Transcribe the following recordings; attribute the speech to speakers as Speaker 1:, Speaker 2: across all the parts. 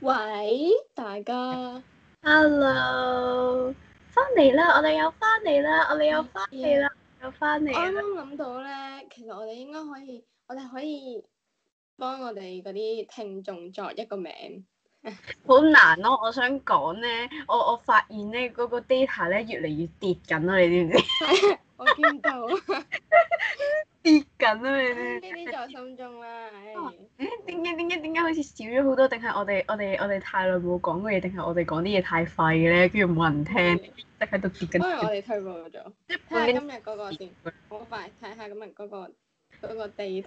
Speaker 1: 喂，大家
Speaker 2: Hello，翻嚟啦！我哋又翻嚟啦！我哋又翻嚟啦！又翻
Speaker 1: 我
Speaker 2: 嚟
Speaker 1: 啱
Speaker 2: 啦！
Speaker 1: 啱諗到咧，其實我哋應該可以，我哋可以幫我哋嗰啲聽眾作一個名。
Speaker 2: 好難咯！我想講咧，我我發現咧嗰個 data 咧越嚟越跌緊啦，你知唔 知？
Speaker 1: 我見到呢
Speaker 2: 跌緊啦，你知唔知？
Speaker 1: 啲在心中啦，唉
Speaker 2: 誒點解點解點解好似少咗好多？定係我哋我哋我哋太耐冇講過嘢，定係我哋講啲嘢太廢咧，跟住冇人聽，即係啊喺度跌
Speaker 1: 因為我
Speaker 2: 緊。
Speaker 1: 哋退步咗。
Speaker 2: 即係
Speaker 1: 睇
Speaker 2: 本
Speaker 1: 下
Speaker 2: 身
Speaker 1: 今日嗰個先，好快睇下今日嗰個嗰個 data。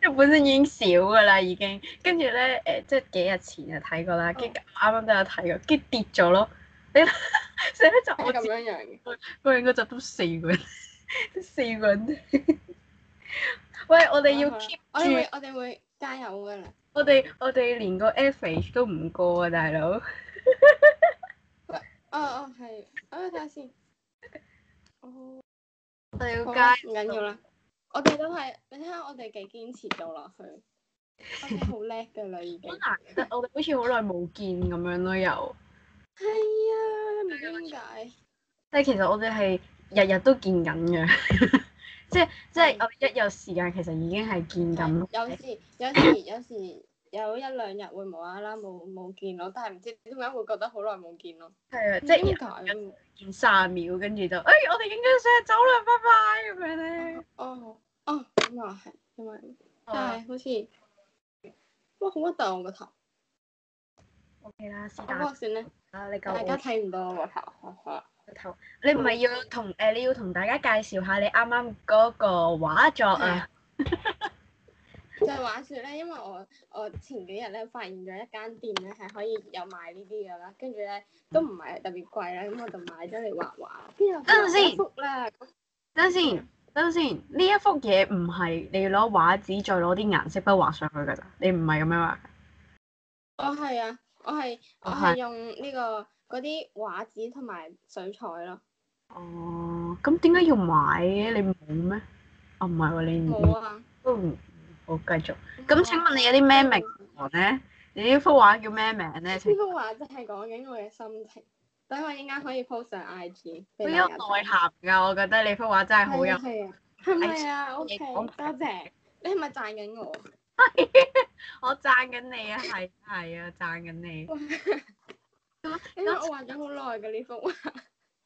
Speaker 2: 即係本身已經少㗎啦，已經。跟住咧誒，即係幾日前就睇過啦，跟住啱啱都有睇過，跟住跌咗咯。你 成一集
Speaker 1: 係
Speaker 2: 我
Speaker 1: 咁
Speaker 2: 自
Speaker 1: 樣樣嘅，
Speaker 2: 嗰應該就都四個人， 都四個人。喂，啊我哋要
Speaker 1: 好啦
Speaker 2: keep
Speaker 1: 我哋會
Speaker 2: 住，
Speaker 1: 我哋會加油㗎啦。
Speaker 2: 我哋我哋連個 average 都唔過啊，大佬。
Speaker 1: 哦哦係，我睇下先。哦。
Speaker 2: 我哋
Speaker 1: 好啊啦
Speaker 2: 要加，
Speaker 1: 唔緊要啦，我哋都係，你睇下我哋幾堅持到落去，我哋好叻噶啦已經。
Speaker 2: 好
Speaker 1: 係
Speaker 2: 難得，我哋好似好耐冇見咁樣咯，又。
Speaker 1: 啊，唔知點解。
Speaker 2: 即係其實我哋係日日都見緊嘅， 即係即
Speaker 1: 係
Speaker 2: 係我哋一有時間，其實已經係見緊咯。
Speaker 1: 有時有時有時有一兩日會無啦啦冇冇見咯，但係唔知點解會覺得好耐冇見咯，
Speaker 2: 係啊，
Speaker 1: 唔
Speaker 2: 即
Speaker 1: 知
Speaker 2: 係
Speaker 1: 點
Speaker 2: 日
Speaker 1: 解。
Speaker 2: 見三秒，跟住就誒，哎我哋影張相走啦，拜拜咁樣咧。
Speaker 1: 哦哦，咁啊係，因為
Speaker 2: 哦
Speaker 1: 但係好似哇好核突我個頭，
Speaker 2: O K 啦，是
Speaker 1: 不
Speaker 2: 但啦，
Speaker 1: 過算啦，
Speaker 2: 你夠
Speaker 1: 大
Speaker 2: 我
Speaker 1: 家睇唔到我個頭，哈哈
Speaker 2: 個頭，你唔係要同誒、你要同大家介紹下你啱啱嗰個畫作啊？
Speaker 1: 就係話説咧，因為我我前幾日咧發現咗一間店咧係可以有賣呢啲嘅啦，跟住咧都唔係特別貴啦，咁我就買咗嚟畫畫。跟住我
Speaker 2: 等陣嗯先
Speaker 1: 幅啦，
Speaker 2: 等陣先，等陣先，呢一幅嘢唔係你要攞畫紙再攞啲顏色筆畫上去㗎咋？你唔係咁樣啊畫㗎。
Speaker 1: 我係啊，我係我
Speaker 2: 哦係
Speaker 1: 係用呢、個嗰啲畫紙同埋水彩咯，
Speaker 2: 哦，咁點解要買嘅？你冇咩？啊，唔係喎，你
Speaker 1: 冇
Speaker 2: 唔
Speaker 1: 啊。
Speaker 2: 都唔好繼續。咁請問你有啲咩名堂咧？你呢幅畫叫咩名咧？請
Speaker 1: 嗯呢幅畫真係講緊我嘅心情，等我陣間可以 post 上 IG 俾
Speaker 2: 好
Speaker 1: 大
Speaker 2: 有
Speaker 1: 家
Speaker 2: 內
Speaker 1: 睇。
Speaker 2: 涵㗎，哎我覺得你幅畫真係好
Speaker 1: 係
Speaker 2: 有
Speaker 1: 啊。係啊，係咪啊？OK，
Speaker 2: 你
Speaker 1: 多
Speaker 2: 講
Speaker 1: 謝。你係咪讚緊我？
Speaker 2: 我讚緊你啊，係係啊，讚緊你。
Speaker 1: 因為我畫咗好耐嘅呢幅畫。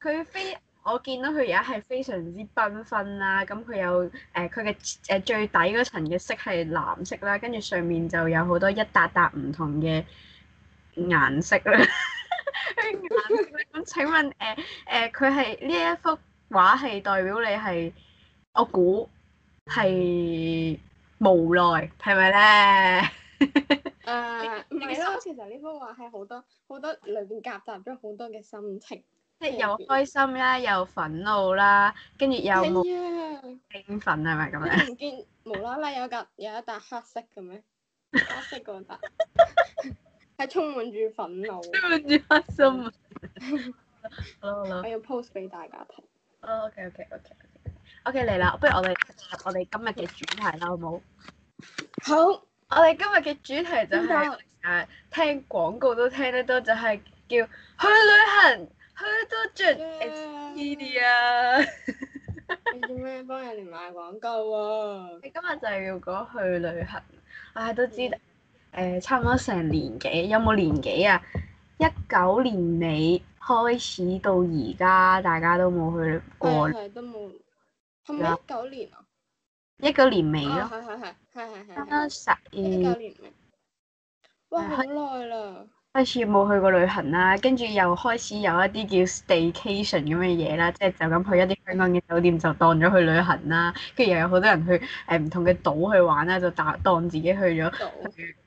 Speaker 2: 佢非我見到佢而家係非常之繽紛啦，咁佢有誒佢嘅誒最底嗰層嘅色係藍色啦，跟住上面就有好多一笪笪唔同嘅顏色啦。 顏色咁請問誒誒佢係呢一幅畫係代表你係我估係無奈係咪咧？
Speaker 1: 誒唔
Speaker 2: 你嘅
Speaker 1: 係咯，其實呢幅畫係好多好多裏邊夾雜咗好多嘅心情。
Speaker 2: 即係又開心啦，又憤怒啦，跟住又冇
Speaker 1: 係啊！
Speaker 2: 興奮係咪咁 樣？
Speaker 1: 你唔見無啦啦有嚿有一笪黑色嘅咩？黑色嗰笪係充滿住憤怒。
Speaker 2: 跟住黑心啊！ 好啦好
Speaker 1: 我
Speaker 2: 啦哦
Speaker 1: 要 post 俾大家睇。
Speaker 2: ，OK OK OK OK 嚟啦，不如我哋入我哋今日嘅主題啦，好冇？
Speaker 1: 好，
Speaker 2: 我哋今日嘅主題就
Speaker 1: 邊
Speaker 2: 係、
Speaker 1: 個？
Speaker 2: 誒聽廣告都聽得多，就係、叫去旅行去到盡
Speaker 1: Yeah！
Speaker 2: Expedia 啊！
Speaker 1: 你做咩幫人哋賣廣告啊
Speaker 2: 我哋今日就係要講去旅行，唉、都知誒、
Speaker 1: 嗯
Speaker 2: 差唔多成年幾，有冇年幾啊？一九年尾開始到而家，大家都冇
Speaker 1: 喎？係
Speaker 2: 去
Speaker 1: 啊
Speaker 2: 過。
Speaker 1: 係都冇。係咪一九年啊？
Speaker 2: 一九年尾
Speaker 1: 啊
Speaker 2: 咯，
Speaker 1: 係係係係係係
Speaker 2: 啱十
Speaker 1: 一
Speaker 2: 二
Speaker 1: 九年咩？哇！好耐啦〜
Speaker 2: 開始冇去過旅行啦，跟住又開始有一啲叫 staycation 咁嘅嘢啦，即係就咁去一啲香港嘅酒店就當咗去旅行啦，跟住又有好多人去誒唔同嘅島去玩啦，就打當自己去咗
Speaker 1: 到。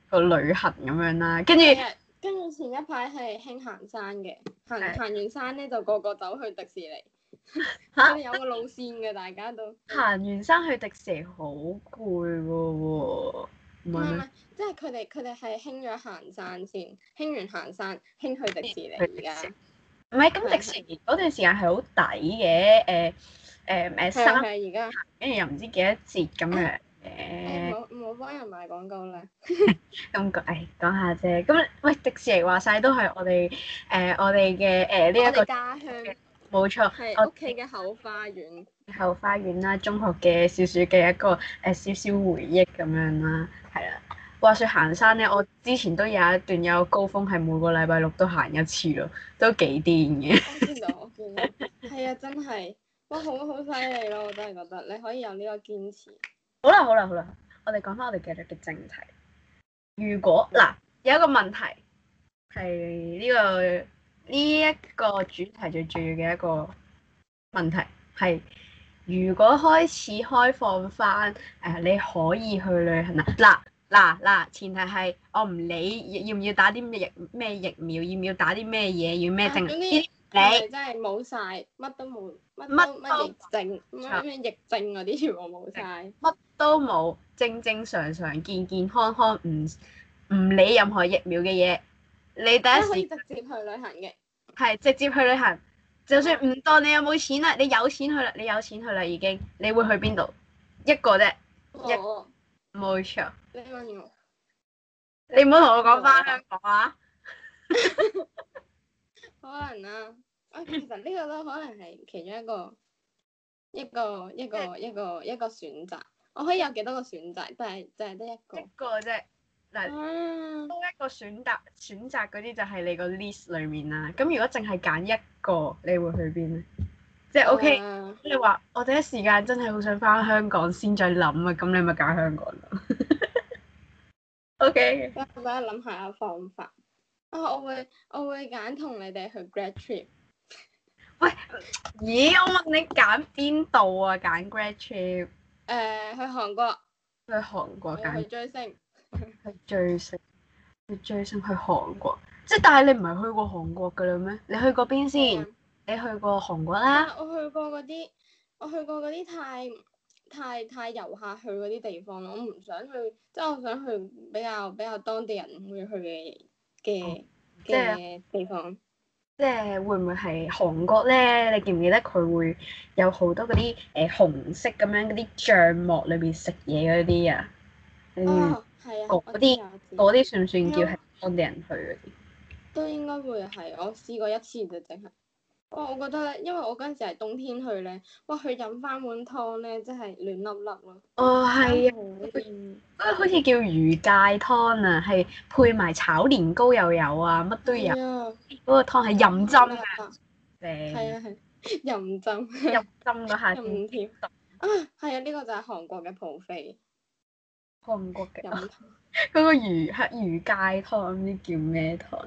Speaker 2: 個旅行咁樣啦，跟住
Speaker 1: 係啊跟住前一排係興行山嘅，行
Speaker 2: 係
Speaker 1: 行完山咧就個個走去迪士尼，
Speaker 2: 嚇
Speaker 1: 佢哋有個路線嘅，大家都唔
Speaker 2: 行完山去迪士尼好攰㗎喎，唔
Speaker 1: 係唔
Speaker 2: 係咩？
Speaker 1: 係，即係佢哋佢哋係興咗行山先，興完行山興去迪士尼
Speaker 2: 去迪
Speaker 1: 而
Speaker 2: 士
Speaker 1: 家，
Speaker 2: 唔係咁迪士尼嗰段時間係好抵嘅，誒誒誒
Speaker 1: 係啊
Speaker 2: 三
Speaker 1: 係啊而家
Speaker 2: 跟住又唔知幾多節咁樣。
Speaker 1: 誒
Speaker 2: 嘅。
Speaker 1: 唔好唔好幫人賣廣告啦。
Speaker 2: 咁講，誒講下啫。咁喂，迪士尼話晒都係我哋誒、我哋嘅誒
Speaker 1: 我
Speaker 2: 呢一
Speaker 1: 哋
Speaker 2: 個哦
Speaker 1: 家鄉
Speaker 2: 冇錯，
Speaker 1: 係屋企嘅後花園，
Speaker 2: 後花園啦，中學嘅少少嘅一個誒少少回憶咁樣啦，係啦。話說行山咧，我之前都有一段有高峰係每個禮拜六都行一次咯，都幾癲嘅。
Speaker 1: 我見到我見到，係啊，真係，哇，好好犀利咯！我真係覺得你可以有呢個堅持。
Speaker 2: 好啦好啦好啦，我哋講翻我哋繼續嘅正題。如果嗱有一個問題係呢、個呢一、個主題最重要嘅一個問題係，如果開始開放翻誒、你可以去旅行啦嗱。嗱嗱，前提係我唔理要唔要打啲咩疫咩疫苗，要唔要打啲咩嘢，要咩
Speaker 1: 啊
Speaker 2: 證，
Speaker 1: 總之
Speaker 2: 呢
Speaker 1: 我
Speaker 2: 啲
Speaker 1: 哋真係冇晒，乜都冇，乜
Speaker 2: 乜
Speaker 1: 都乜疫症，乜咩疫症嗰啲全部冇晒。
Speaker 2: 乜都冇，正正常常、健健康康，唔唔理任何疫苗嘅嘢，你
Speaker 1: 即係可
Speaker 2: 第
Speaker 1: 以
Speaker 2: 一時
Speaker 1: 直接去旅行嘅，
Speaker 2: 係直接去旅行。就算唔當你有冇錢啊啦，你有錢去啦，你有錢去啦已經，你會去邊度？一個啫，一
Speaker 1: 我
Speaker 2: 冇錯。
Speaker 1: 你問我，
Speaker 2: 你唔好同我講翻香港啊！
Speaker 1: 可能啦、啊，啊，其實呢個都可能係其中一個一個一個一個一個選擇。我可以有幾多個選擇，但係就係得一個
Speaker 2: 一。個啫，嗱，
Speaker 1: 啊，
Speaker 2: 多一個選擇選擇嗰啲就係你個 list 裡面啦。咁如果淨係揀一個，你會去邊咧？即係 OK，
Speaker 1: 啊
Speaker 2: 你話我第一時間真係好想翻香港先再諗啊，咁你咪揀香港咯。O K，
Speaker 1: 等啊我諗下方法。啊，我會我會揀同你哋去 grad trip。
Speaker 2: 咦？我問你揀邊度啊？揀 grad trip 去
Speaker 1: 誒、去韓國，
Speaker 2: 韓國，
Speaker 1: 去
Speaker 2: 揀
Speaker 1: 追星。
Speaker 2: 去追星，去追星去韓國。即係但係你唔係去過韓國㗎啦咩？你去過邊先？你去過韓國啦，
Speaker 1: 啊！我去過嗰啲，我去過嗰啲太太太遊客去嗰啲地方咯，我唔想去，即係我想去比較比較當地人會去嘅嘅
Speaker 2: 哦即係
Speaker 1: 嘅地方。
Speaker 2: 即係會唔會係韓國咧？你記唔記得佢會有好多嗰啲誒紅色咁樣嗰啲帳幕裏邊食嘢嗰啲啊？你知唔知
Speaker 1: 啊，係啊，
Speaker 2: 哦嗰
Speaker 1: 我知啊我知
Speaker 2: 嗰啲算唔算叫係當地人去嗰啲？
Speaker 1: 都應該會係，我試過一次就淨係。哇！我覺得咧，因為我嗰陣時係冬天去咧，哇！佢飲翻碗湯咧，真係暖粒粒咯。
Speaker 2: 哦，係啊，
Speaker 1: 啊。
Speaker 2: 嗰個好似叫魚介湯啊，係配埋炒年糕又有啊，乜都有。
Speaker 1: 係啊。
Speaker 2: 嗰個湯係任斟
Speaker 1: 係啊
Speaker 2: 嘅，
Speaker 1: 係啊， 任浸
Speaker 2: 任斟嗰下
Speaker 1: 任添。啊，係啊，呢個就係韓國嘅蒲 飛。
Speaker 2: 韓國嘅
Speaker 1: 飲
Speaker 2: 嗰個魚係魚介湯，唔知叫咩湯？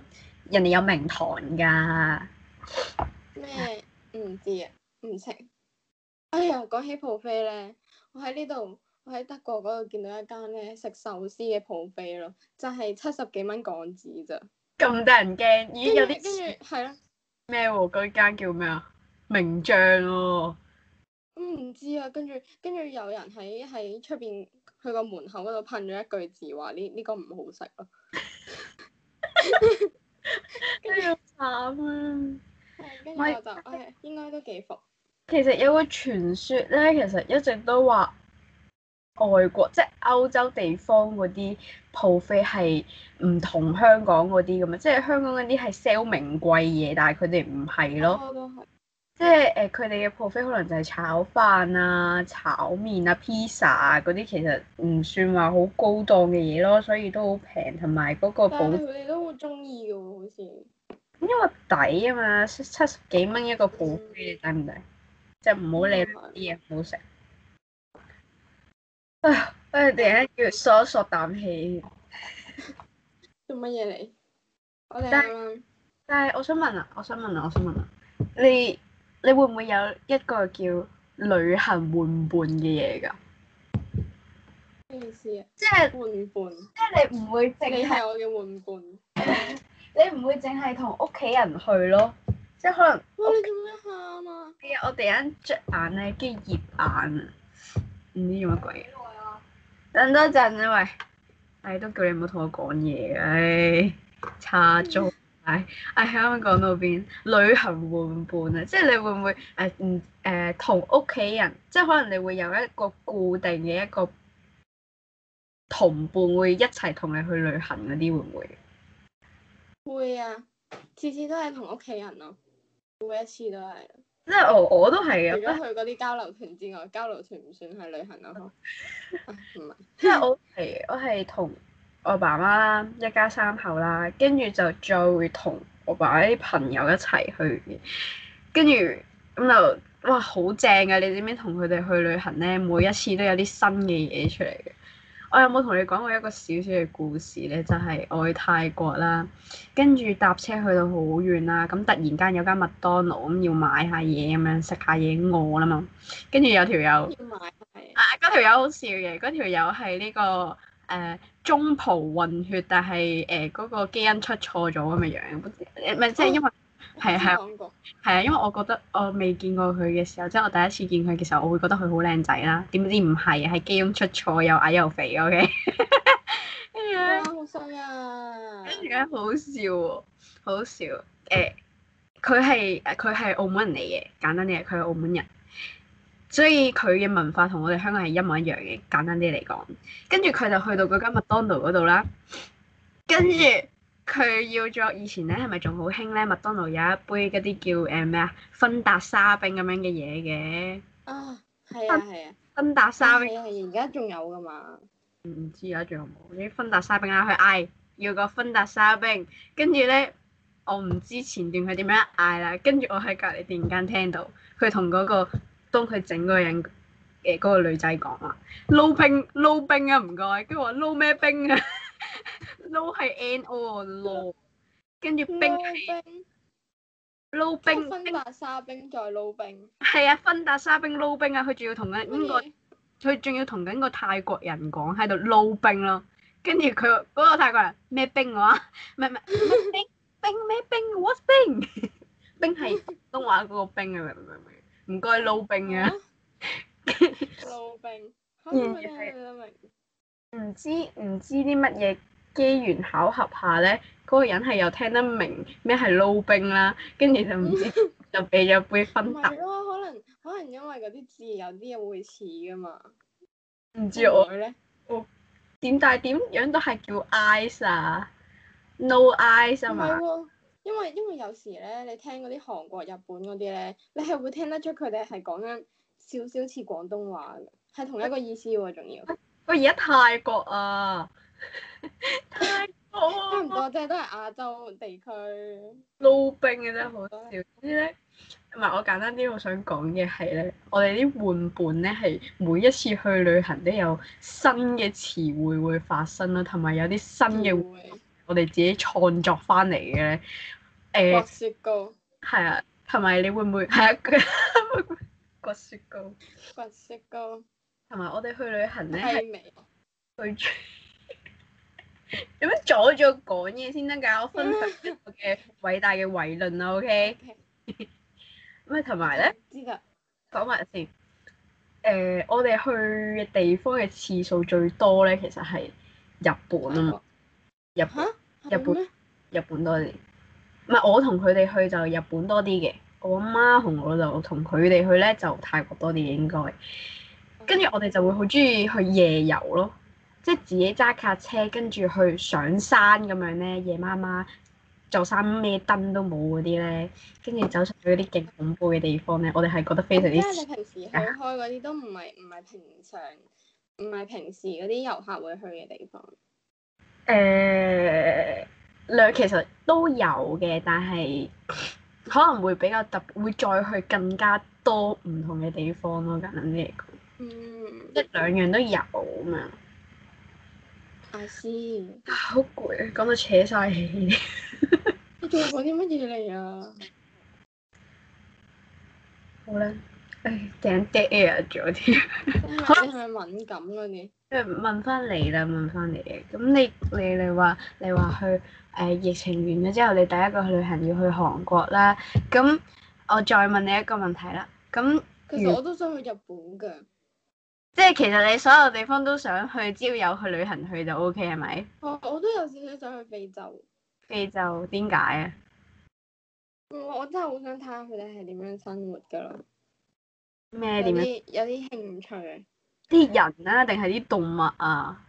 Speaker 2: 人哋有名堂㗎，
Speaker 1: 咩唔知啊，唔識。哎呀，講起 b u 咧，我喺呢度，我喺德國嗰度見到一間咧食壽司嘅 b u 咯，就係七十幾蚊港紙咋。
Speaker 2: 咁得人驚，
Speaker 1: 跟
Speaker 2: 咦
Speaker 1: 住
Speaker 2: 有
Speaker 1: 跟
Speaker 2: 啲似
Speaker 1: 住係啦，
Speaker 2: 咩喎？嗰間叫咩啊？名將喎、
Speaker 1: 唔知啊，跟住跟住有人喺喺出邊佢個門口嗰度噴咗一句字話呢呢個唔好食咯。
Speaker 2: 跟住好慘啊！
Speaker 1: 係跟住
Speaker 2: 喂
Speaker 1: 我就唉，應該都幾服。
Speaker 2: 其實有個傳說咧，其實一直都話外國即係歐洲地方嗰啲 buffet 係唔同香港嗰啲咁啊，即係香港嗰啲係 sell 名貴嘢，但係佢哋唔係咯，
Speaker 1: 我都係。
Speaker 2: 即係誒佢哋嘅 buffet 可能就係炒飯啊、炒麵啊、pizza 啊嗰啲，其實唔算話好高檔嘅嘢咯，所以都好平，同埋嗰個
Speaker 1: 但
Speaker 2: 保
Speaker 1: 係佢哋都好中意嘅喎，好似。
Speaker 2: 因為抵啊嘛，七七十幾蚊一個 buffet，你抵唔抵？即係唔好理。啲嘢唔好食。啊！我哋突然間要嗦一嗦啖氣，
Speaker 1: 做乜嘢嚟？我哋
Speaker 2: 但
Speaker 1: 啱啱。
Speaker 2: 但係我想問啊，我想問啊，我想問啊，你你會唔會有一個叫旅行換伴嘅嘢㗎？
Speaker 1: 咩意思啊？
Speaker 2: 即係
Speaker 1: 換伴，
Speaker 2: 即係你唔會
Speaker 1: 你
Speaker 2: 淨係
Speaker 1: 係我嘅換伴。
Speaker 2: 你唔會淨係同屋企人去咯，即係可能
Speaker 1: 哇！你做咩喊啊？
Speaker 2: 我突然間捽眼咧，跟住熱眼啊，唔知做乜鬼嘢。
Speaker 1: 幾耐啊？
Speaker 2: 等多陣啊喂，唉都叫你唔好同我講嘢，唉差租，唉唉啱啱講到邊？旅行換伴啊，即係你會唔呃嗯會誒唔誒同屋企人，即係可能你會有一個固定嘅一個同伴會一齊同你去旅行嗰啲會唔會？
Speaker 1: 會啊，次次都係同屋企人咯，每一次都係。
Speaker 2: 即係我我都係
Speaker 1: 除咗
Speaker 2: 嘅，
Speaker 1: 去嗰啲交流團之外，交流團唔算係旅行啊，嗬啊唔係，
Speaker 2: 即係我係我係同我爸媽啦，一家三口啦，跟住就再會同我爸啲朋友一齊去嘅，跟住咁就哇好正嘅！你知唔知同佢哋去旅行咧，每一次都有啲新嘅嘢出嚟嘅。我有冇同你講過一個小小嘅故事咧？就係、我去泰國啦，跟住搭車去到好遠啦，咁突然間有間麥當勞咁要買下嘢咁樣食下嘢餓啦嘛，跟住有條友。
Speaker 1: 要買係
Speaker 2: 啊，嗰條友好笑嘅，嗰條友係呢個誒、呃中葡混血，但係誒嗰個基因出錯咗咁嘅樣，誒唔係即係因為係係
Speaker 1: 講過，
Speaker 2: 係啊，因為我覺得我未見過佢嘅時候，即係我第一次見佢嘅時候，我會覺得佢好靚仔啦，點知唔係，係基因出錯，又矮又肥，OK，跟住咧
Speaker 1: 哇，好衰啊！
Speaker 2: 跟住咧好笑喎，好笑誒，佢係誒佢係澳門人嚟嘅，簡單啲係啊佢係澳門人，所以佢嘅文化同我哋香港係一模一樣嘅，簡單啲嚟講。跟住佢就去到嗰間麥當勞嗰度啦，跟住佢要咗以前咧係咪仲好興咧？麥當勞有一杯嗰啲叫誒咩啊芬達沙冰咁樣嘅嘢嘅，
Speaker 1: 啊，係啊係啊，
Speaker 2: 芬達沙冰
Speaker 1: 係啊係啊，而家仲有噶嘛？
Speaker 2: 唔知而家仲有冇啲芬達沙冰啦，佢嗌要個芬達沙冰，跟住咧我唔知前段佢點樣嗌啦，跟住我喺隔離突然間聽到佢同嗰個幫佢整嗰個人誒嗰、個女仔講話撈冰撈冰啊唔該，跟住我話撈咩冰啊？ 撈係 N O 撈，跟住冰係
Speaker 1: 撈冰，
Speaker 2: 撈
Speaker 1: 冰
Speaker 2: 冰
Speaker 1: 芬
Speaker 2: 冰
Speaker 1: 達沙冰再撈冰，
Speaker 2: 係啊芬達沙冰撈冰啊，佢仲要同緊英國
Speaker 1: 乜。嘢
Speaker 2: 佢仲要同緊個泰國人講喺度撈冰咯，跟住佢嗰個泰國人咩冰話，唔係唔係咩冰 冰咩冰 what 冰？ 冰係廣東話嗰個冰啊，明唔明？唔該撈冰啊！
Speaker 1: 啊撈冰，嚇
Speaker 2: 嗯
Speaker 1: 咁樣你都明？
Speaker 2: 唔知唔知啲乜嘢機緣巧合下咧，嗰、個人係又聽得明咩係撈冰啦，跟住就唔 知就俾咗杯
Speaker 1: 唔
Speaker 2: 芬達
Speaker 1: 係，咯，可能可能因為嗰啲字有啲嘢會似噶嘛。
Speaker 2: 唔知
Speaker 1: 會唔
Speaker 2: 我
Speaker 1: 會咧？
Speaker 2: 點但係點樣都係叫 ice 啊，no ice 啊
Speaker 1: 唔
Speaker 2: 嘛
Speaker 1: 係。喎，因為因為有時咧，你聽嗰啲韓國、日本嗰啲咧， 你係會聽得出佢哋係講緊少少似廣東話嘅，係同一個意思喎，仲 要
Speaker 2: 喂，而家泰國 啊，泰國
Speaker 1: 差唔多，
Speaker 2: 啊，
Speaker 1: 即係都係亞洲地區。
Speaker 2: 撈冰嘅真係好笑。總之咧，唔係我簡單啲，我想講嘅係咧，我哋啲換伴咧係每一次去旅行都有新嘅詞彙會發生啦，同埋有啲新
Speaker 1: 嗯
Speaker 2: 嘅
Speaker 1: 會
Speaker 2: 我哋自己創作翻嚟嘅咧，
Speaker 1: 滑
Speaker 2: 誒
Speaker 1: 雪糕、
Speaker 2: 係啊，同埋你會唔會係啊割雪糕？
Speaker 1: 滑雪糕、
Speaker 2: 同埋我哋去旅行咧係
Speaker 1: 雞尾，
Speaker 2: 去追。 有咩阻住我講嘢先得㗎？我分享一個嘅偉大嘅偉論啦，OK？咁啊，同埋咧，
Speaker 1: 知道
Speaker 2: 講埋先。誒、我哋去嘅地方嘅次數最多咧，其實係日本啊嘛，日
Speaker 1: 嚇
Speaker 2: 日
Speaker 1: 係
Speaker 2: 本
Speaker 1: 咩？
Speaker 2: 日本多啲。唔係我同佢哋去就日本多啲嘅，我阿媽同我老豆同佢哋去咧就泰國多啲嘅應該。跟住我哋就會好中意去夜遊咯，即係自己揸架車，跟住去上山咁樣咧，夜媽媽座山咩燈都冇嗰啲咧，跟住走上去嗰啲勁恐怖嘅地方咧，我哋係覺得非常
Speaker 1: 因
Speaker 2: 之啊
Speaker 1: 為你平時去開嗰啲都唔係唔係平常，唔係平時嗰啲遊客會去嘅地方。
Speaker 2: 誒呃兩其實都有嘅，但係可能會比較特別，會再去更加多唔同嘅地方咯，簡單啲嚟講，
Speaker 1: 嗯
Speaker 2: 即係兩樣都有咁樣。
Speaker 1: ，I see。
Speaker 2: 啊好攰啊，講到扯晒氣。
Speaker 1: 你做過啲乜嘢嚟啊？
Speaker 2: 好啦，唉，頂 dead air 咗添。
Speaker 1: 你係咪你係咪敏感嗰啲？
Speaker 2: 誒問翻你啦，問翻你嘅。咁你你你話你話去誒、疫情完咗之後，你第一個旅行要去韓國啦。咁我再問你一個問題啦。咁
Speaker 1: 其
Speaker 2: 嗯
Speaker 1: 實我都想去日本㗎，
Speaker 2: 即係其實你所有地方都想去，只要有去旅行去就 O K 係咪？
Speaker 1: 我我都有少少想去非洲。
Speaker 2: 非洲點解啊？
Speaker 1: 我我真係好想睇下佢哋係點樣生活㗎咯，
Speaker 2: 咩
Speaker 1: 有
Speaker 2: 點樣？啊
Speaker 1: 啲有啲興趣。
Speaker 2: 啲人啊，定係啲動物啊？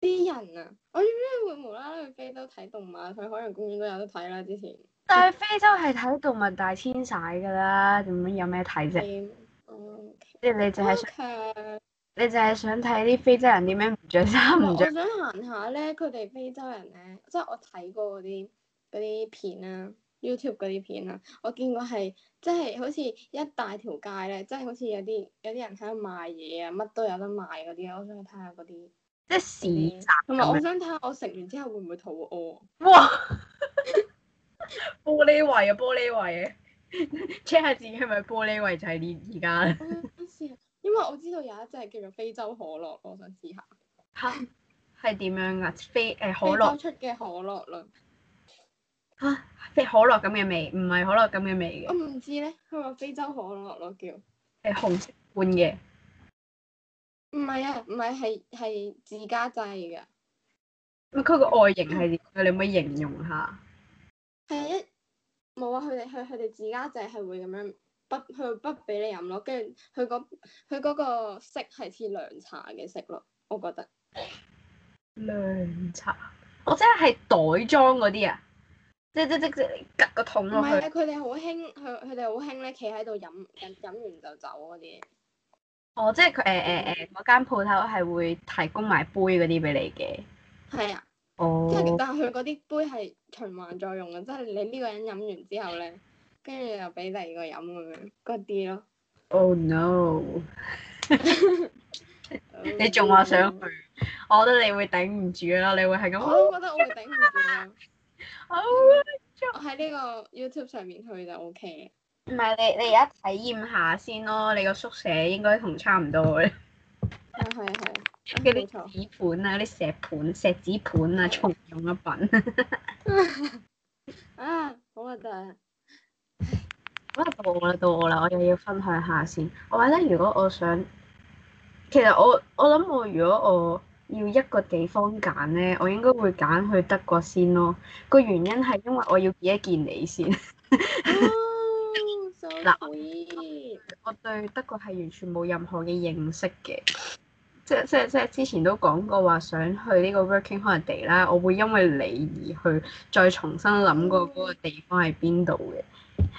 Speaker 1: 啲人啊，我點解會無啦啦去非洲睇動物？去海洋公園都有得睇啦，之前
Speaker 2: 但係非洲係睇動物大遷徙㗎啦，點樣有咩睇啫？
Speaker 1: 係哦
Speaker 2: 即係你就係想
Speaker 1: OK
Speaker 2: 你就係想睇啲非洲人點樣唔着衫
Speaker 1: 我
Speaker 2: 唔着
Speaker 1: 我想行下咧，佢哋非洲人咧，即係我睇過嗰啲嗰啲片啊，YouTube 嗰啲片啊，我見過係即係好似一大條街咧，即係好似有啲有啲人喺度賣嘢啊，乜都有得賣嗰啲，我想去睇下嗰啲。
Speaker 2: 即係市集
Speaker 1: 同埋我
Speaker 2: 咁樣。
Speaker 1: 想睇下我食完之後會唔會肚餓。
Speaker 2: 哇！ 玻璃胃啊，玻璃胃啊！check 下自己係咪玻璃胃就係呢而家
Speaker 1: 我想試下，因為我知道有一隻叫做非洲可樂，我想試下。
Speaker 2: 嚇係點樣啊？非誒、可
Speaker 1: 非
Speaker 2: 樂
Speaker 1: 洲出嘅可樂啦，
Speaker 2: 嚇非可樂咁嘅味，唔係可樂咁嘅味嘅
Speaker 1: 我唔知咧，佢話非洲可樂咯叫。
Speaker 2: 係紅色罐嘅。
Speaker 1: 唔係啊，唔係係係自家製嘅，
Speaker 2: 咁佢個外形係點嘅？你可唔可以形容下？
Speaker 1: 係一冇啊！佢哋佢佢哋自家製係會咁樣不佢不俾你飲咯，跟住佢嗰佢嗰個色係似涼茶嘅色咯，我覺得
Speaker 2: 涼茶，我真哦係袋裝嗰啲啊！即即即即吉個桶
Speaker 1: 唔
Speaker 2: 落
Speaker 1: 係啊！
Speaker 2: 去，
Speaker 1: 佢哋好興，佢佢哋好興咧，企喺度飲飲飲完就走嗰啲。
Speaker 2: 哦，即係佢誒誒誒嗰間鋪頭係會提供埋杯嗰啲俾你嘅。
Speaker 1: 係啊，跟住
Speaker 2: 哦，
Speaker 1: 但係佢嗰啲杯係循環再用嘅，即係你呢個人飲完之後咧，跟住又俾第二個飲咁樣嗰啲咯。
Speaker 2: Oh no！你仲話想去？啊我覺得你會頂唔住啦，你會係咁。
Speaker 1: 我都覺得我會頂唔住啊！
Speaker 2: 好啊
Speaker 1: 我喺呢個 YouTube 上面去就 O K
Speaker 2: 唔係你你而家體驗下先咯，你個宿舍應該同差唔多
Speaker 1: 嘅，
Speaker 2: 嘅，
Speaker 1: 啊係係，啊
Speaker 2: 嗰
Speaker 1: 冇
Speaker 2: 啲
Speaker 1: 錯。
Speaker 2: 紙盤啊、嗰啲石盤、石子盤啊、重用一品。
Speaker 1: 啊，好核突 啊！
Speaker 2: 哇！到我啦，到我啦，我又要分享下先。我覺得如果我想，其實我我諗我如果我要一個地方揀咧，我應該會揀去德國先咯。個原因係因為我要見一見你先。
Speaker 1: 哦，so
Speaker 2: 嗱
Speaker 1: sweet。
Speaker 2: 我對德國係完全冇任何嘅認識嘅，即即即之前都講過話想去呢個 working holiday 啦，我會因為你而去再重新諗過嗰個地方係邊度嘅。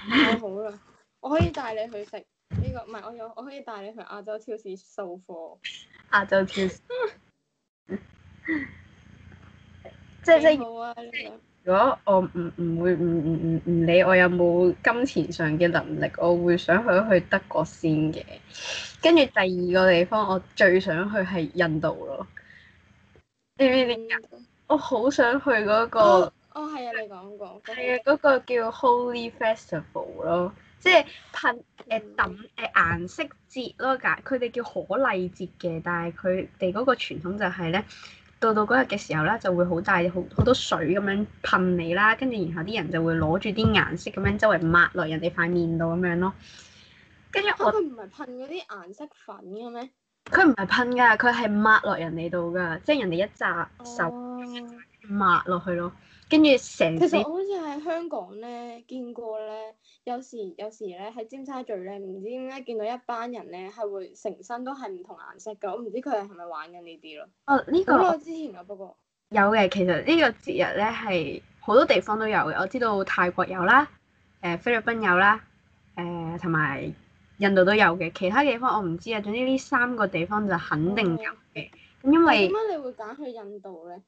Speaker 1: 太好啦！我可以帶你去食呢個，唔係我有，我可以帶你去亞洲超市掃貨。
Speaker 2: 下晝超市，即即
Speaker 1: 幾好啊！呢個
Speaker 2: 如果我唔唔會唔唔唔唔理我有冇金錢上嘅能力，我會想去去德國先嘅。跟住第二個地方，我最想去係印度咯。你你你，我好想去嗰、個
Speaker 1: 哦，哦係啊，你講過。
Speaker 2: 係啊，嗰、個叫 Holy Festival 咯，即係噴誒抌誒顏色節咯，㗎佢哋叫可麗節嘅，但係佢哋嗰個傳統就係咧，到到嗰日嘅時候咧，就會好大好好多水咁樣噴你啦，跟住然後啲人就會攞住啲顏色咁樣周圍抹落人哋塊面度咁樣咯。跟住
Speaker 1: 嚇
Speaker 2: 我，
Speaker 1: 哦佢唔係噴嗰啲顏色粉嘅咩？
Speaker 2: 佢唔係噴㗎，佢係抹落人哋度㗎，即係人哋一扎手
Speaker 1: 哦。
Speaker 2: 抹落去咯，跟住成
Speaker 1: 其實
Speaker 2: 隻
Speaker 1: 我好似喺香港咧見過咧，有時有時咧喺尖沙咀咧，唔知點解見到一班人咧係會成身都係唔同顏色㗎，我唔知佢哋係咪玩緊呢啲咯。
Speaker 2: 哦呢個
Speaker 1: 好。耐之前啦，不過
Speaker 2: 有嘅，其實呢個節日咧係好多地方都有嘅，我知道泰國有啦，誒、菲律賓有啦，誒同埋印度都有嘅，其他地方我唔知啊。總之呢三個地方就肯定有嘅，哦咁因
Speaker 1: 但係
Speaker 2: 為
Speaker 1: 點解你會揀去印度咧？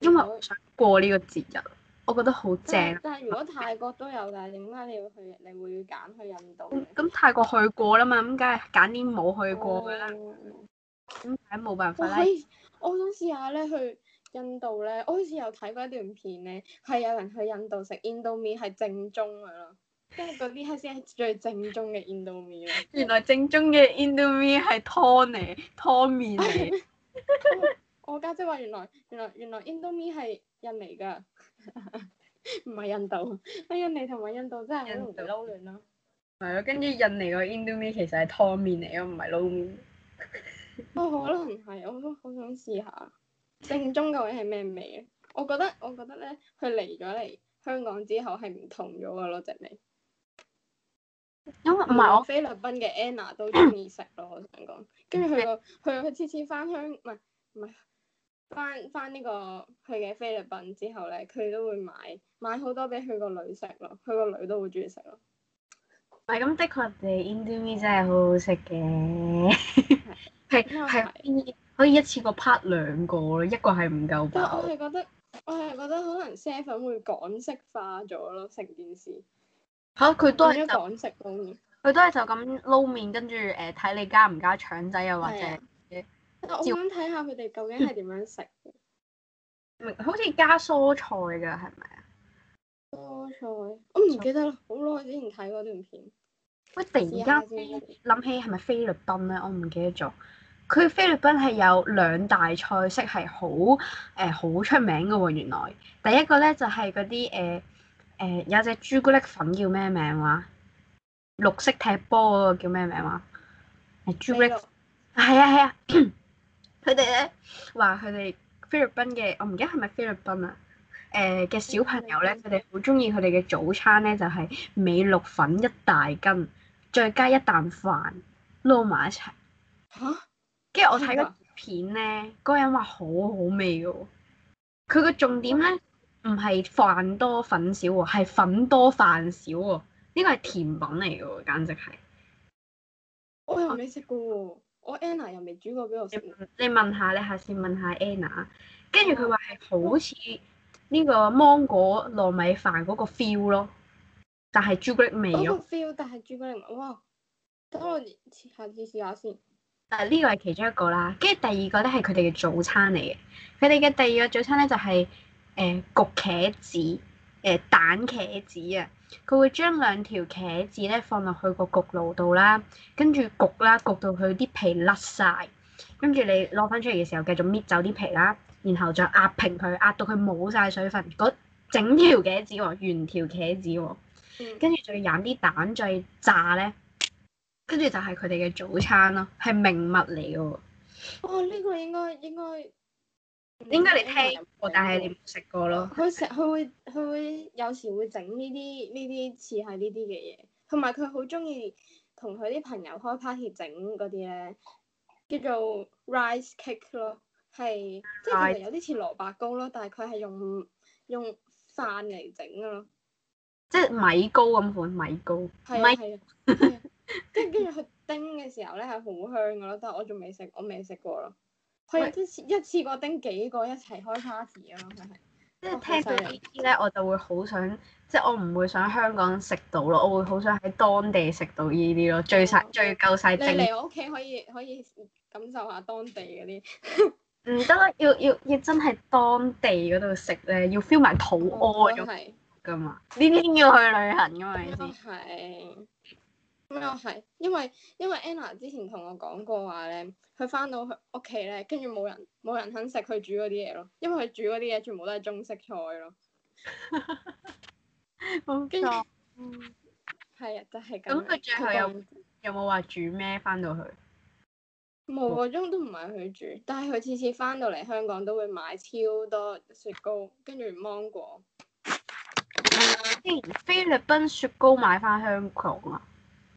Speaker 2: 因為
Speaker 1: 如
Speaker 2: 我
Speaker 1: 果
Speaker 2: 想過呢個節日，我覺得好
Speaker 1: 但
Speaker 2: 正
Speaker 1: 係。但係如果泰國都有，但係點解你要去？你會揀去印度
Speaker 2: 咁
Speaker 1: 咧？
Speaker 2: 咁泰國去過啦嘛，咁梗係揀啲冇去過嘅啦，
Speaker 1: 哦
Speaker 2: 咁梗係冇辦
Speaker 1: 我
Speaker 2: 法啦
Speaker 1: 可。以，我想試下咧去印度咧，我好似有睇過一段片咧，係有人去印度食 Indomie 係正宗嘅咯，即係嗰啲係先係最正宗嘅 Indomie 咯。
Speaker 2: 原來正宗嘅 Indomie 係湯嚟，湯面嚟。
Speaker 1: 我家姐話原來原來原來 Indomie 係印尼㗎，唔係印度。啊，印尼同埋印度真係好容易
Speaker 2: 印
Speaker 1: 撈亂咯。
Speaker 2: 係咯，跟住印尼個 Indomie 其實係湯面嚟咯，唔係撈面。
Speaker 1: 哦，可能係，我都好想試下正宗究竟係咩味啊我覺得我覺得咧，佢嚟咗嚟香港之後係唔同咗嘅咯，隻味。
Speaker 2: 因為唔
Speaker 1: 唔
Speaker 2: 係我
Speaker 1: 係我菲律賓嘅
Speaker 2: 嗯
Speaker 1: Anna 都中意食咯，我想講。跟住佢個佢佢次次翻香唔係唔係翻翻呢個佢嘅菲律賓之後咧，佢都會買買好多俾佢個女食咯，佢個女都好中意食咯。
Speaker 2: 唔係咁，的確地 Indomie 真係好好食 嘅，係係可以可以一次過 part 兩個咯，一個係唔夠
Speaker 1: 但係我係
Speaker 2: 飽。
Speaker 1: 覺得，我係覺得可能啡粉會港式化咗咯，成件事
Speaker 2: 嚇佢都係
Speaker 1: 變咗
Speaker 2: 就
Speaker 1: 港式咯。
Speaker 2: 佢都係就咁撈麵，跟住誒睇你加唔加腸仔啊，或者
Speaker 1: 係啊但我想睇下佢哋究竟係點樣食嘅
Speaker 2: 明好似加蔬菜㗎，係咪啊？
Speaker 1: 菠菜，我唔記得啦，好耐之前睇嗰段片。
Speaker 2: 喂，突然
Speaker 1: 試下
Speaker 2: 間
Speaker 1: 先
Speaker 2: 飛諗起係咪菲律賓咧？我唔記得咗。佢菲律賓係有兩大菜式係好誒好出名嘅喎，原來第一個咧就係嗰啲誒誒有隻朱古力粉叫咩名話？綠色踢波嗰個叫咩名話？係朱古力
Speaker 1: 美祿
Speaker 2: 係啊係啊， 佢哋咧話佢哋菲律賓嘅，我唔記得係咪菲律賓啊？誒、嘅小朋友咧，佢哋好中意佢哋嘅早餐咧，就係、美祿粉一大斤，再加一啖飯撈埋一齊。
Speaker 1: 吓？
Speaker 2: 跟住我睇
Speaker 1: 真㗎
Speaker 2: 嗰片咧，嗰個人話好好味嘅喎。佢個重點咧唔係飯多粉少喎，係粉多飯少喎。呢個係甜品嚟嘅喎，簡直係。
Speaker 1: 我又未食過喎，我 Anna 又未煮過俾我食
Speaker 2: 你
Speaker 1: 喎。
Speaker 2: 問你問下，你下次問下 Anna，跟住佢話係好似呢個芒果糯米飯嗰個 feel 咯，但係朱古力味
Speaker 1: 嗰
Speaker 2: 咯。
Speaker 1: 個 feel，但係朱古力味哇！等我下次試下先。
Speaker 2: 但係呃呢個係其中一個啦，跟住第二個咧係佢哋嘅早餐嚟嘅。佢哋嘅第二個早餐咧就係、誒、焗茄子，誒、蛋茄子啊。佢會將兩條茄子咧放落去個焗爐度啦，跟住焗啦，焗到佢啲皮甩晒。跟住你攞翻出嚟嘅時候，繼續搣走啲皮啦，然後再壓平佢，壓到佢冇晒水分，嗰整條茄子喎，原條茄子喎。
Speaker 1: 嗯，
Speaker 2: 跟住仲要飲啲蛋再炸咧，跟住就係佢哋嘅早餐咯，係名物嚟嘅喎。
Speaker 1: 哦，呢個應該應該嗯
Speaker 2: 應該你聽過，但係你冇食過咯。
Speaker 1: 佢成佢會佢會有時會整呢啲呢啲似係呢啲嘅嘢，同埋佢好中意同佢啲朋友開 party 整嗰啲咧，叫做 rice cake 咯，係即係其實有啲似蘿蔔糕咯，但係佢係用用飯嚟整嘅咯，
Speaker 2: 即係米糕咁款米糕，
Speaker 1: 係啊係啊係啊，跟跟住佢叮嘅時候咧係好香嘅咯，但係我仲未食，我未食過咯。佢有
Speaker 2: 喂
Speaker 1: 一次一次過叮幾個一齊開 party 啊嘛，佢係。
Speaker 2: 即
Speaker 1: 哦
Speaker 2: 係
Speaker 1: 好
Speaker 2: 聽
Speaker 1: 犀
Speaker 2: 到
Speaker 1: 利
Speaker 2: 呢啲咧，我就會好想，即係我唔會想香港食到咯，我會好想喺當地食到呢啲咯，最晒
Speaker 1: 哦
Speaker 2: 最夠晒
Speaker 1: 你
Speaker 2: 正，
Speaker 1: 嚟我屋企可以可以感受下當地嗰啲，
Speaker 2: 唔得啦，要要要真係當地嗰度食咧，要 feel 埋肚
Speaker 1: 我
Speaker 2: 屙
Speaker 1: 都
Speaker 2: 咗
Speaker 1: 係，
Speaker 2: 噶嘛，呢啲要去旅行噶嘛，係
Speaker 1: 咁
Speaker 2: 咪
Speaker 1: 又
Speaker 2: 先？
Speaker 1: 係，咁又係，因為因為 Anna 之前同我講過話咧，佢翻到去屋企咧，跟住冇人冇人肯食佢煮嗰啲嘢咯，因為佢煮嗰啲嘢全部都係中式菜咯，
Speaker 2: 冇
Speaker 1: 跟住
Speaker 2: 錯。
Speaker 1: 係啊，就係咁樣。
Speaker 2: 咁佢最後有有冇話煮咩翻到去？
Speaker 1: 冇個鐘都唔係佢煮，但係佢次次翻到嚟香港都會買超多雪糕，跟住芒果。
Speaker 2: 之前菲律賓雪糕買翻香港啊？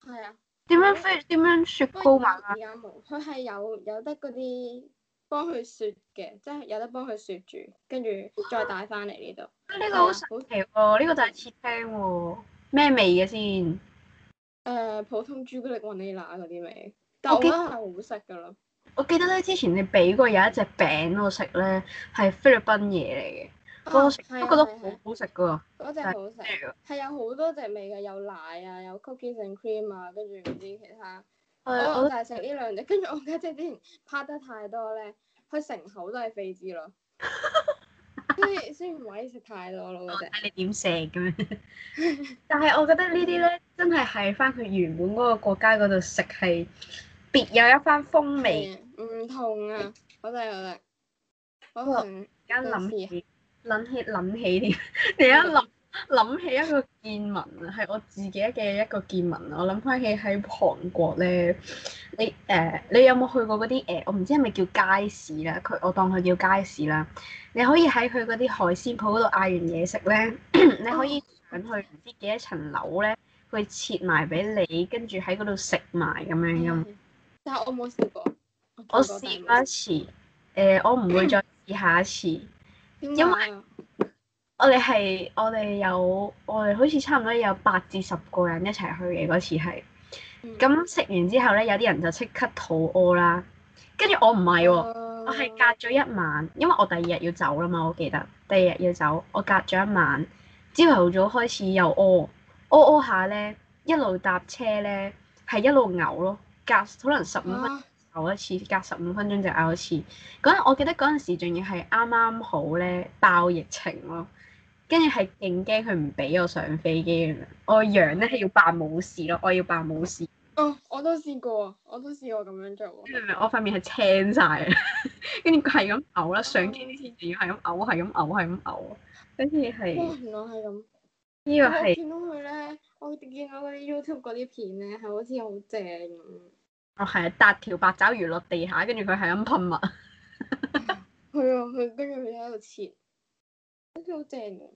Speaker 1: 係啊。
Speaker 2: 點樣菲點樣雪
Speaker 1: 不
Speaker 2: 糕
Speaker 1: 過
Speaker 2: 買
Speaker 1: 而家
Speaker 2: 啊？
Speaker 1: 而家冇，佢係有有得嗰啲幫佢雪嘅，即係有得幫佢雪住，跟住再帶翻嚟呢度。
Speaker 2: 呢個好神奇喎！呢個就係切聽喎，咩味嘅先？
Speaker 1: 誒、普通朱古力雲呢拿嗰啲味，但我覺得係好食噶咯。
Speaker 2: 我記得咧，之前你俾過有一隻餅我食咧，係菲律賓嘢嚟嘅，我食
Speaker 1: 係
Speaker 2: 都
Speaker 1: 啊
Speaker 2: 覺得
Speaker 1: 係
Speaker 2: 好
Speaker 1: 啊
Speaker 2: 好食噶。
Speaker 1: 嗰隻好食，係啊有好多隻味嘅，有奶啊，有 cookies and cream 啊，跟住唔知其他。
Speaker 2: 我
Speaker 1: 我
Speaker 2: 我
Speaker 1: 就係食呢兩隻，跟住我家姐之前拍得太多咧，佢成口都係痱滋 咯。所以所以唔可以食太多咯嗰隻。
Speaker 2: 睇你點食 咁樣。但係我覺得呢啲咧，真係喺翻佢原本嗰個國家嗰度食係別有一番風味。
Speaker 1: 係唔同啊！我真係覺得，我
Speaker 2: 哇
Speaker 1: 同
Speaker 2: 而家諗
Speaker 1: 到時
Speaker 2: 起諗起諗起添， 你一諗諗起一個見聞啊，係我自己嘅一個見聞啊。我諗翻起喺韓國咧，你誒、呃你有冇去過嗰啲誒？我唔知係咪叫街市啦，佢我當佢叫街市啦。你可以喺佢嗰啲海鮮鋪嗰度嗌完嘢食咧，你可以上去唔知幾多層樓咧，佢切埋俾你，跟住喺嗰度食埋咁樣噶嘛。
Speaker 1: 嗯但係我冇試過，
Speaker 2: 嗯
Speaker 1: 跳過
Speaker 2: 我試
Speaker 1: 但係冇
Speaker 2: 過一次，誒、我唔會再試下一次。
Speaker 1: 點
Speaker 2: 因
Speaker 1: 解啊？
Speaker 2: 我哋係我哋有我哋好似差唔多有八至十個人一齊去嘅嗰次係，
Speaker 1: 嗯
Speaker 2: 咁食完之後咧，有啲人就即刻肚屙啦，跟住我唔係
Speaker 1: 哦
Speaker 2: 喎，我係隔咗一晚，因為我第二日要走啦嘛，我記得第二日要走，我隔咗一晚，朝頭早開始又屙，屙屙下咧，一路搭車咧係一路嘔咯，隔可能十五分鐘
Speaker 1: 啊
Speaker 2: 嘔一次，隔十五分鐘就嘔一次。嗰陣我記得嗰陣時仲要係啱啱好咧爆疫情咯，跟住係勁驚佢唔俾我上飛機咁樣。我樣咧係要扮冇事咯，我要扮冇事，
Speaker 1: 哦，我都試過，我都試過咁樣做
Speaker 2: 你明唔明？我塊面係青晒，跟住係咁嘔啦，上機之前仲要係咁嘔，係咁嘔，係咁嘔，跟住
Speaker 1: 喎。哇，
Speaker 2: 係
Speaker 1: 原來係咁。
Speaker 2: 呢個
Speaker 1: 我
Speaker 2: 係
Speaker 1: 見到佢咧，我見到嗰啲 YouTube 嗰啲片咧，係好似好正咁。
Speaker 2: 我哦係啊搭條八爪魚落地下，跟住佢係咁噴墨。
Speaker 1: 係啊，佢跟住佢喺度切，好似好正喎。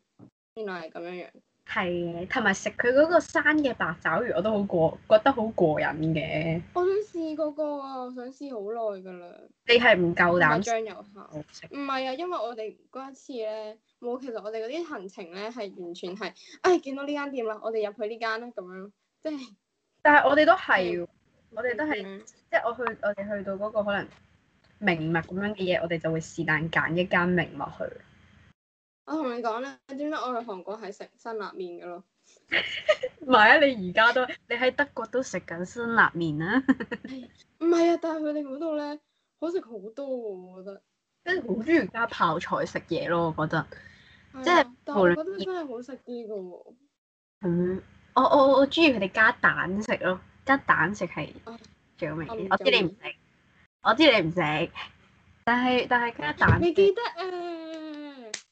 Speaker 1: 原來係咁樣樣。
Speaker 2: 係嘅，同埋食佢嗰個生嘅白爪魚，我都好過，覺得好過癮嘅。
Speaker 1: 我想試嗰個啊，我想試好耐㗎啦。
Speaker 2: 你係唔夠膽
Speaker 1: 係
Speaker 2: 食
Speaker 1: 醬油蝦。唔係啊，因為我哋嗰一次咧，冇其實我哋嗰啲行程咧係完全係，唉、見到呢間店啦，我哋入去呢間啦咁樣，即係
Speaker 2: 但係我哋都係喎，我哋都係
Speaker 1: 嗯
Speaker 2: 即係我去我哋去到嗰個可能名物咁樣嘅嘢，我哋就會是但揀一間名物去。
Speaker 1: 我啊同你講咧，點解我去韓國係食辛辣麵嘅咯？
Speaker 2: 唔係啊，你而家都你喺德國都食緊辛辣麵啊，
Speaker 1: 唔係啊，但係佢哋嗰度咧好食好多喎，我覺得。
Speaker 2: 跟住好中意加泡菜食嘢咯，我覺得。
Speaker 1: 係啊
Speaker 2: 即係
Speaker 1: 但我
Speaker 2: 無論
Speaker 1: 覺得真係好食啲嘅喎。
Speaker 2: 嗯，我我我中意佢哋加蛋食咯，加蛋食係
Speaker 1: 啊
Speaker 2: 最好味
Speaker 1: 我唔
Speaker 2: 嘅。嗯我知你唔
Speaker 1: 中
Speaker 2: 食，我知你唔食，但係但係加蛋
Speaker 1: 你
Speaker 2: 食
Speaker 1: 記得啊？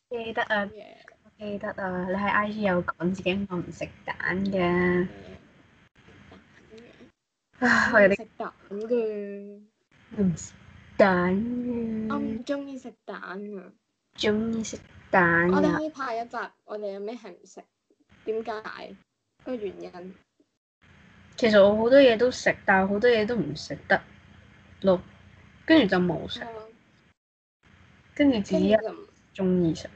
Speaker 2: 記得啊，
Speaker 1: 嘢
Speaker 2: 記得啊，你喺 I G 有講自己我唔食蛋嘅，唉我有
Speaker 1: 我唔
Speaker 2: 啲
Speaker 1: 食蛋嘅，
Speaker 2: 嗯唔食蛋
Speaker 1: 我
Speaker 2: 嘅，
Speaker 1: 唔中意食蛋啊！
Speaker 2: 中意食蛋
Speaker 1: 我哋
Speaker 2: 啊
Speaker 1: 可！以拍一集，我哋有咩係唔食？點解？個原因。
Speaker 2: 其實我好多嘢都食，但係好多嘢都唔食得咯，跟住就冇食，
Speaker 1: 啊
Speaker 2: 跟住自
Speaker 1: 跟住
Speaker 2: 己一
Speaker 1: 就唔
Speaker 2: 中意食。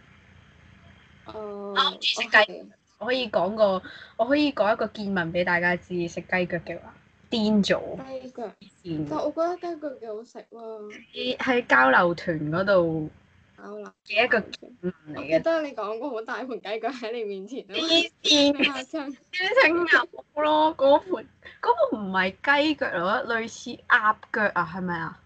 Speaker 1: 哦，
Speaker 2: 我唔知食
Speaker 1: 我
Speaker 2: 雞
Speaker 1: 係
Speaker 2: 我可以講個，我可以講一個見聞俾大家知，食雞腳嘅話，癲咗
Speaker 1: 雞腳，
Speaker 2: 癲
Speaker 1: 但我覺得雞腳幾好食喎，
Speaker 2: 喺喺交流團嗰度
Speaker 1: 咬啦。
Speaker 2: 嘅一個
Speaker 1: 我
Speaker 2: 見聞嚟
Speaker 1: 記
Speaker 2: 嘅，
Speaker 1: 得你講過好大盤雞腳喺你面前啊嘛，
Speaker 2: 黐線
Speaker 1: 你嚇親。
Speaker 2: 整牛咯，嗰盤嗰盤唔係雞腳咯，類似鴨腳啊，係咪啊？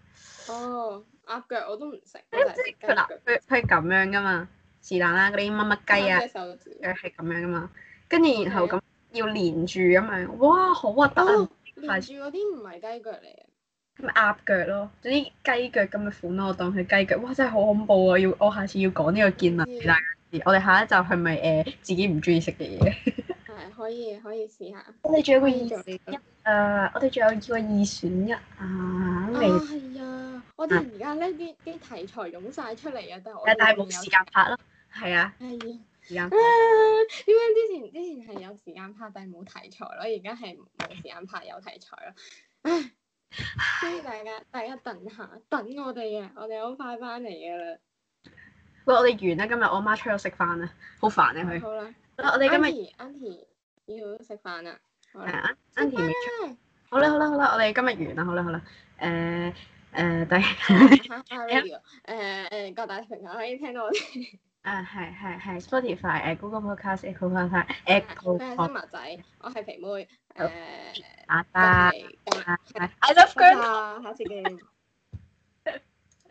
Speaker 1: 哦，鴨腳我都唔食，我
Speaker 2: 即
Speaker 1: 就係食雞
Speaker 2: 係佢嗱
Speaker 1: 腳。，
Speaker 2: 佢佢係咁樣噶嘛，是但啦，嗰啲乜乜雞啊啊
Speaker 1: 三。隻手指。
Speaker 2: 誒係咁樣噶嘛，跟住然後咁要連住咁樣，哇好核突啊
Speaker 1: 哦！，連住嗰啲唔係雞腳嚟嘅，
Speaker 2: 咁鴨腳咯，總之雞腳咁嘅款咯，我當佢雞腳，哇真係好恐怖啊！要我下次要講呢個見聞俾大家知，我哋下一集係咪誒自己唔中意食嘅嘢？
Speaker 1: 係可以可以試下。
Speaker 2: 我哋仲有個
Speaker 1: 可
Speaker 2: 二
Speaker 1: 以做
Speaker 2: 選
Speaker 1: 呢個
Speaker 2: 一，誒、我哋仲有個二選一啊，
Speaker 1: 啊，
Speaker 2: 未、
Speaker 1: 係啊！我哋而家咧啲啲題材湧晒出嚟啊，但係我
Speaker 2: 但
Speaker 1: 哋
Speaker 2: 係冇
Speaker 1: 未有
Speaker 2: 時間拍咯，係啊，
Speaker 1: 係啊。
Speaker 2: 時間
Speaker 1: 啊
Speaker 2: 拍，
Speaker 1: 點解之前之前係有時間拍，但係冇題材咯，而家係冇時間拍有題材咯。唉，所以大家大家等下，等我哋啊，我哋好快翻嚟噶啦。
Speaker 2: 喂我哋完啦，今日我媽出咗食飯啦，好煩啊佢，
Speaker 1: 好啦，
Speaker 2: 我
Speaker 1: 你
Speaker 2: 哋今日
Speaker 1: Auntie Auntie 要食飯 啦。好
Speaker 2: 係
Speaker 1: 啦，
Speaker 2: 啊 a u
Speaker 1: 食
Speaker 2: 未出。
Speaker 1: 飯啦
Speaker 2: 好啦好啦好啦，我哋今日完啦，好啦好啦，誒誒，第
Speaker 1: 啊啊 Radio，誒誒，各大平台可以聽到我哋。
Speaker 2: 啊係係係 Spotify 誒 Google Podcast Apple Podcast
Speaker 1: 佢係
Speaker 2: Apple Podcast
Speaker 1: 新馬仔，我係肥妹。誒，
Speaker 2: 啊
Speaker 1: 我
Speaker 2: 啊
Speaker 1: 哋今日
Speaker 2: ，I love
Speaker 1: 拜
Speaker 2: girl。
Speaker 1: 拜，下次見。